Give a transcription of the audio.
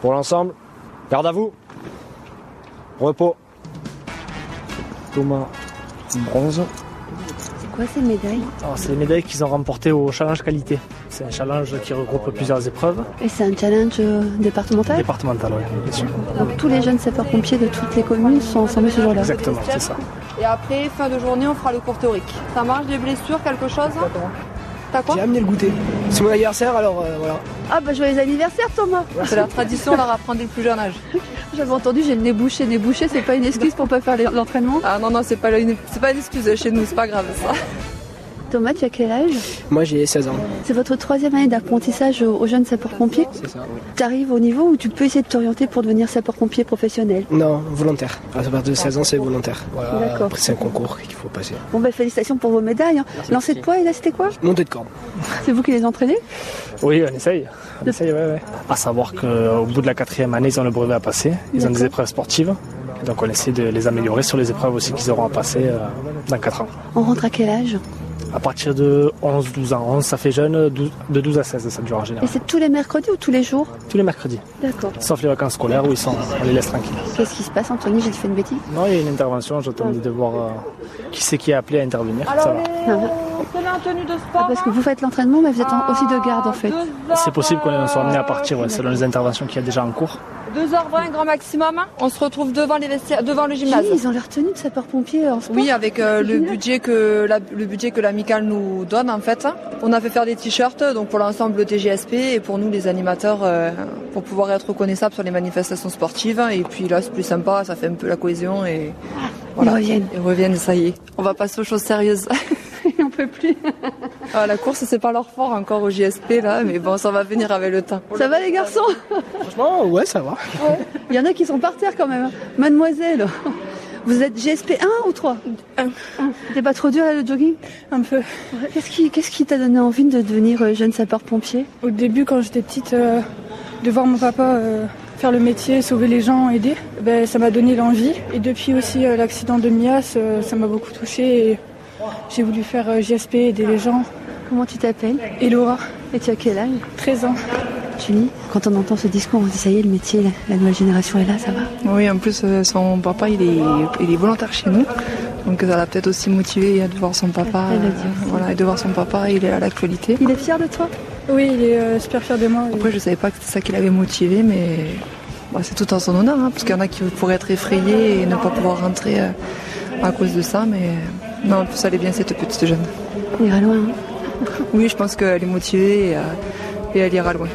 Pour l'ensemble, garde à vous. Repos. Thomas, bronze. C'est quoi ces médailles Alors, c'est les médailles qu'ils ont remportées au challenge qualité. C'est un challenge qui regroupe plusieurs épreuves Et c'est un challenge euh, départemental départementales. ouais, bien sûr. Donc tous les jeunes sapeurs-pompiers de toutes les communes sont ensemble ce jour-là. Exactement, c'est ça. Et après, fin de journée, on fera le cours théorique. Ça marche, des blessures, quelque chose T'as quoi J'ai amené le goûter. C'est mon anniversaire, alors euh, voilà. Ah bah joyeux anniversaire Thomas C'est la tradition, on leur apprend dès le plus jeune âge. J'avais entendu j'ai le nez bouché, nez bouché, c'est pas une excuse pour pas faire les- l'entraînement. Ah non, non, c'est pas, une- c'est pas une excuse chez nous, c'est pas grave ça. Thomas, tu as quel âge Moi, j'ai 16 ans. C'est votre troisième année d'apprentissage aux aux jeunes sapeurs-pompiers. C'est ça. Tu arrives au niveau où tu peux essayer de t'orienter pour devenir sapeur-pompier professionnel. Non, volontaire. À partir de 16 ans, c'est volontaire. Voilà. D'accord. Après, c'est un concours qu'il faut passer. Bon bah félicitations pour vos médailles. hein. Lancer de poids et là c'était quoi Montée de corde. C'est vous qui les entraînez Oui, on essaye. On essaye, ouais, ouais. À savoir qu'au bout de la quatrième année, ils ont le brevet à passer. Ils ont des épreuves sportives. Donc on essaie de les améliorer sur les épreuves aussi qu'ils auront à passer euh, dans 4 ans. On rentre à quel âge À partir de 11-12 ans. 11, ça fait jeune. 12 de 12 à 16, ça dure en Et général. c'est tous les mercredis ou tous les jours Tous les mercredis. D'accord. Sauf les vacances scolaires où ils sont, on les laisse tranquilles. Qu'est-ce qui se passe Anthony J'ai fait une bêtise Non, il y a une intervention, j'attends de voir euh, qui c'est qui est appelé à intervenir. ça Ah. Alors, va. les... on se met en tenue de sport. hein. Ah, Parce que vous faites l'entraînement mais vous êtes en- aussi de garde en fait. C'est possible qu'on soit amené à partir ouais, selon les interventions qu'il y a déjà en cours. 2h20 grand maximum, hein. on se retrouve devant, les vestiaires, devant le gymnase. Oui, ils ont leur tenue de ah, sapeur-pompier en sport. Oui, avec euh, C'est le génial. budget que la- le budget que l'amicale nous donne en fait. On a fait faire des t-shirts donc pour l'ensemble le TGSP et pour nous les animateurs euh, pour pouvoir être reconnaissables sur les manifestations sportives et puis là c'est plus sympa, ça fait un peu la cohésion et Ah, Ils reviennent. Ils reviennent, ça y est. On va passer aux choses sérieuses. on peut plus. Ah, la course c'est pas leur fort encore au JSP là, mais bon ça va venir avec le temps. Ça va les garçons Franchement, ouais, ça va. Il y en a qui sont par terre quand même. hein. Mademoiselle, vous êtes GSP 1 ou 3 Un. C'était pas trop dur là, le jogging Un peu. Ouais. Qu'est-ce qui qu'est-ce qui t'a donné envie de devenir euh, jeune sapeur-pompier Au début, quand j'étais petite, euh, de voir mon papa euh, faire le métier, sauver les gens, aider, ben, ça m'a donné l'envie. Et depuis aussi euh, l'accident de Mias, euh, ça m'a beaucoup touchée. Et j'ai voulu faire euh, JSP, aider les gens. Comment tu t'appelles Et Laura, Et tu as quel âge 13 ans. Julie Quand on entend ce discours, on se dit ça y est, le métier, la, la nouvelle génération est là, ça va. Oui, en plus, euh, son papa, il est, il est volontaire chez nous. Donc ça l'a peut-être aussi motivé de voir son papa. Elle l'a euh, dit aussi. voilà, et de voir son papa, il est à l'actualité. Il est fier de toi Oui, il est euh, super fier de moi. Et Après, je savais pas que c'était ça qui l'avait motivé, mais bah, c'est tout en son honneur, hein, parce qu'il y en a qui pourraient être effrayés et ne pas pouvoir rentrer euh, à cause de ça, mais euh, non, en plus, elle est bien cette petite jeune. Il ira loin. hein. Oui, je pense qu'elle est motivée et, euh, et elle ira loin.